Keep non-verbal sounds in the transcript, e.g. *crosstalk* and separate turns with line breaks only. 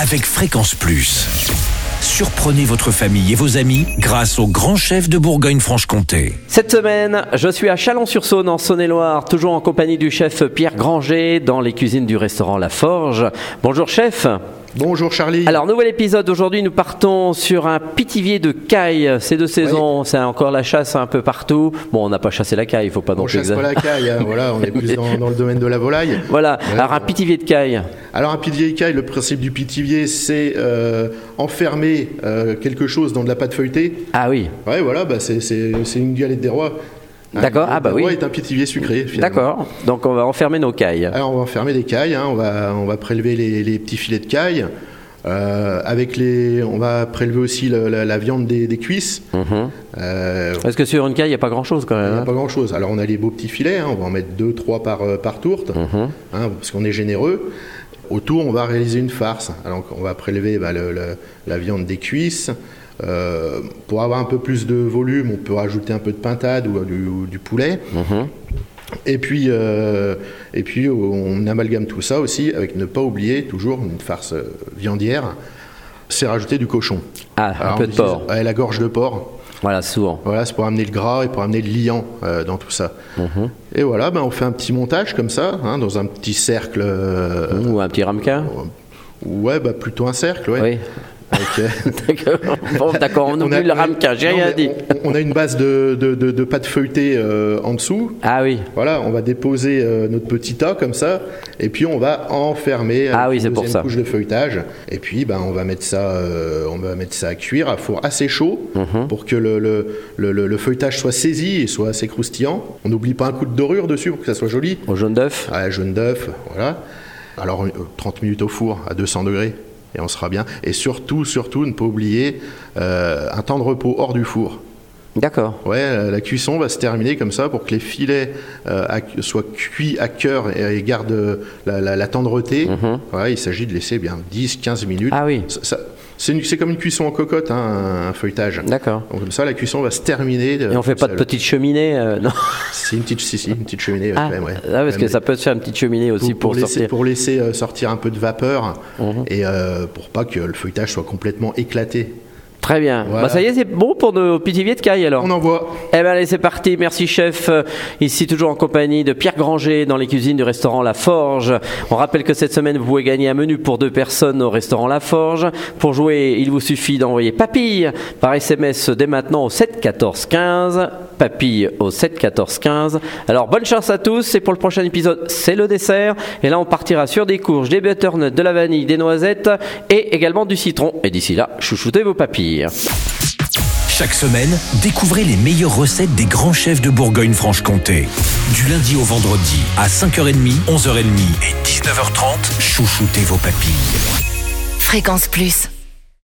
avec Fréquence Plus. Surprenez votre famille et vos amis grâce au grand chef de Bourgogne-Franche-Comté.
Cette semaine, je suis à Chalon-sur-Saône en Saône-et-Loire, toujours en compagnie du chef Pierre Granger dans les cuisines du restaurant La Forge. Bonjour chef.
Bonjour Charlie.
Alors nouvel épisode aujourd'hui, nous partons sur un pitivier de caille. C'est de saison, c'est encore la chasse un peu partout. Bon, on n'a pas chassé la caille, il faut pas
on
non plus.
chasse pas la caille, hein, voilà, on est plus dans, dans le domaine de la
*laughs*
volaille.
Voilà,
Ouais.
alors un pitivier de caille.
Alors un pitivier caille, le principe du pitivier, c'est euh, enfermer euh, quelque chose dans de la pâte feuilletée.
Ah oui,
Ouais, voilà, bah, c'est c'est- c'est une galette des rois. Un
D'accord,
galette
ah bah
des
oui.
rois est un pitivier sucré. finalement.
d'accord. Donc on va enfermer nos cailles.
Alors on va enfermer les cailles, hein, on, va, on va prélever les, les petits filets de cailles. Euh, avec les, on va prélever aussi le- la, la viande des, des cuisses.
Mm-hmm.
Euh,
Parce que sur une caille, il n'y a pas grand-chose quand
Il
même.
n'y
hein.
a pas grand-chose. Alors on a les beaux petits filets, hein, on va en mettre deux, trois par, euh, par tourte,
Mhm.
hein, parce qu'on est généreux. Autour, on va réaliser une farce. Alors on va prélever bah, le- le- la viande des cuisses. Euh, pour avoir un peu plus de volume, on peut rajouter un peu de pintade ou euh, du, ou du poulet.
Mhm.
Et puis, euh, et puis, on amalgame tout ça aussi avec ne pas oublier toujours une farce euh, viandière. C'est rajouter du cochon.
Ah, un
Alors,
peu
on
de
utilise-
porc.
ouais, la gorge de porc.
Voilà, souvent.
Voilà, c'est pour amener le gras et pour amener le liant euh, dans tout ça.
Mhm.
Et voilà, ben, on fait un petit montage comme ça, hein, dans un petit cercle. euh,
Ou un petit
*laughs*
ramequin.
Ouais, bah, plutôt un cercle, ouais.
Oui.
Avec, euh,
D'accord, Bon, d'accord, *laughs* on
a-
oublie le ramequin, j'ai
non,
rien
mais
dit.
On, on a une base de, de, de- de pâte feuilletée euh, en dessous.
Ah oui.
Voilà, on va déposer euh, notre petit tas comme ça, et puis on va enfermer avec
Ah oui,
une
c'est pour
deuxième
ça.
couche de feuilletage. Et puis, ben, on va mettre ça, euh, on va mettre ça à cuire à four assez chaud
Mhm.
pour que le, le- le- le- le feuilletage soit saisi et soit assez croustillant. On n'oublie pas un coup de dorure dessus pour que ça soit joli.
Au jaune d'œuf.
Ah, jaune d'œuf, voilà. Alors, euh, 30 minutes au four à 200 degrés. Et on sera bien. Et surtout, surtout, ne pas oublier euh, un temps de repos hors du four.
D'accord.
Ouais, euh, la cuisson va se terminer comme ça pour que les filets euh, à- soient cuits à cœur et, et gardent euh, la, la- la tendreté. Ouais, il s'agit de laisser bien 10-15 minutes.
Mm-hmm. Ah oui.
Ça- ça- c'est, une- c'est comme une cuisson en cocotte, hein, un, un feuilletage.
D'accord.
Donc comme ça, la cuisson va se terminer. euh,
Et on fait pas de petite cheminée, euh, non
C'est une petite, si, si, une petite cheminée. ouais,
ah,
quand même, ouais.
ah, parce
Quand
que
même,
ça peut se faire une petite cheminée aussi pour,
laisser,
sortir. Mm-hmm.
pour laisser, euh, sortir un peu de vapeur et euh, pour pas que le feuilletage soit complètement éclaté.
Très bien.
Voilà.
Bah, ça y est, c'est bon pour nos pitiviers de caille alors.
On envoie.
Eh ben allez, c'est parti. Merci chef. Euh, Ici toujours en compagnie de Pierre Granger dans les cuisines du restaurant La Forge. On rappelle que cette semaine vous pouvez gagner un menu pour deux personnes au restaurant La Forge. Pour jouer, il vous suffit d'envoyer papille par SMS dès maintenant au 7 14 15. Papille au 7 14 15. Alors bonne chance à tous. Et pour le prochain épisode, c'est le dessert. Et là, on partira sur des courges, des butternuts, de la vanille, des noisettes et également du citron. Et d'ici là, chouchoutez vos papilles.
Chaque semaine, découvrez les meilleures recettes des grands chefs de Bourgogne-Franche-Comté. Du lundi au vendredi, à 5h30, 11h30 et 19h30, chouchoutez vos papilles.
Fréquence Plus.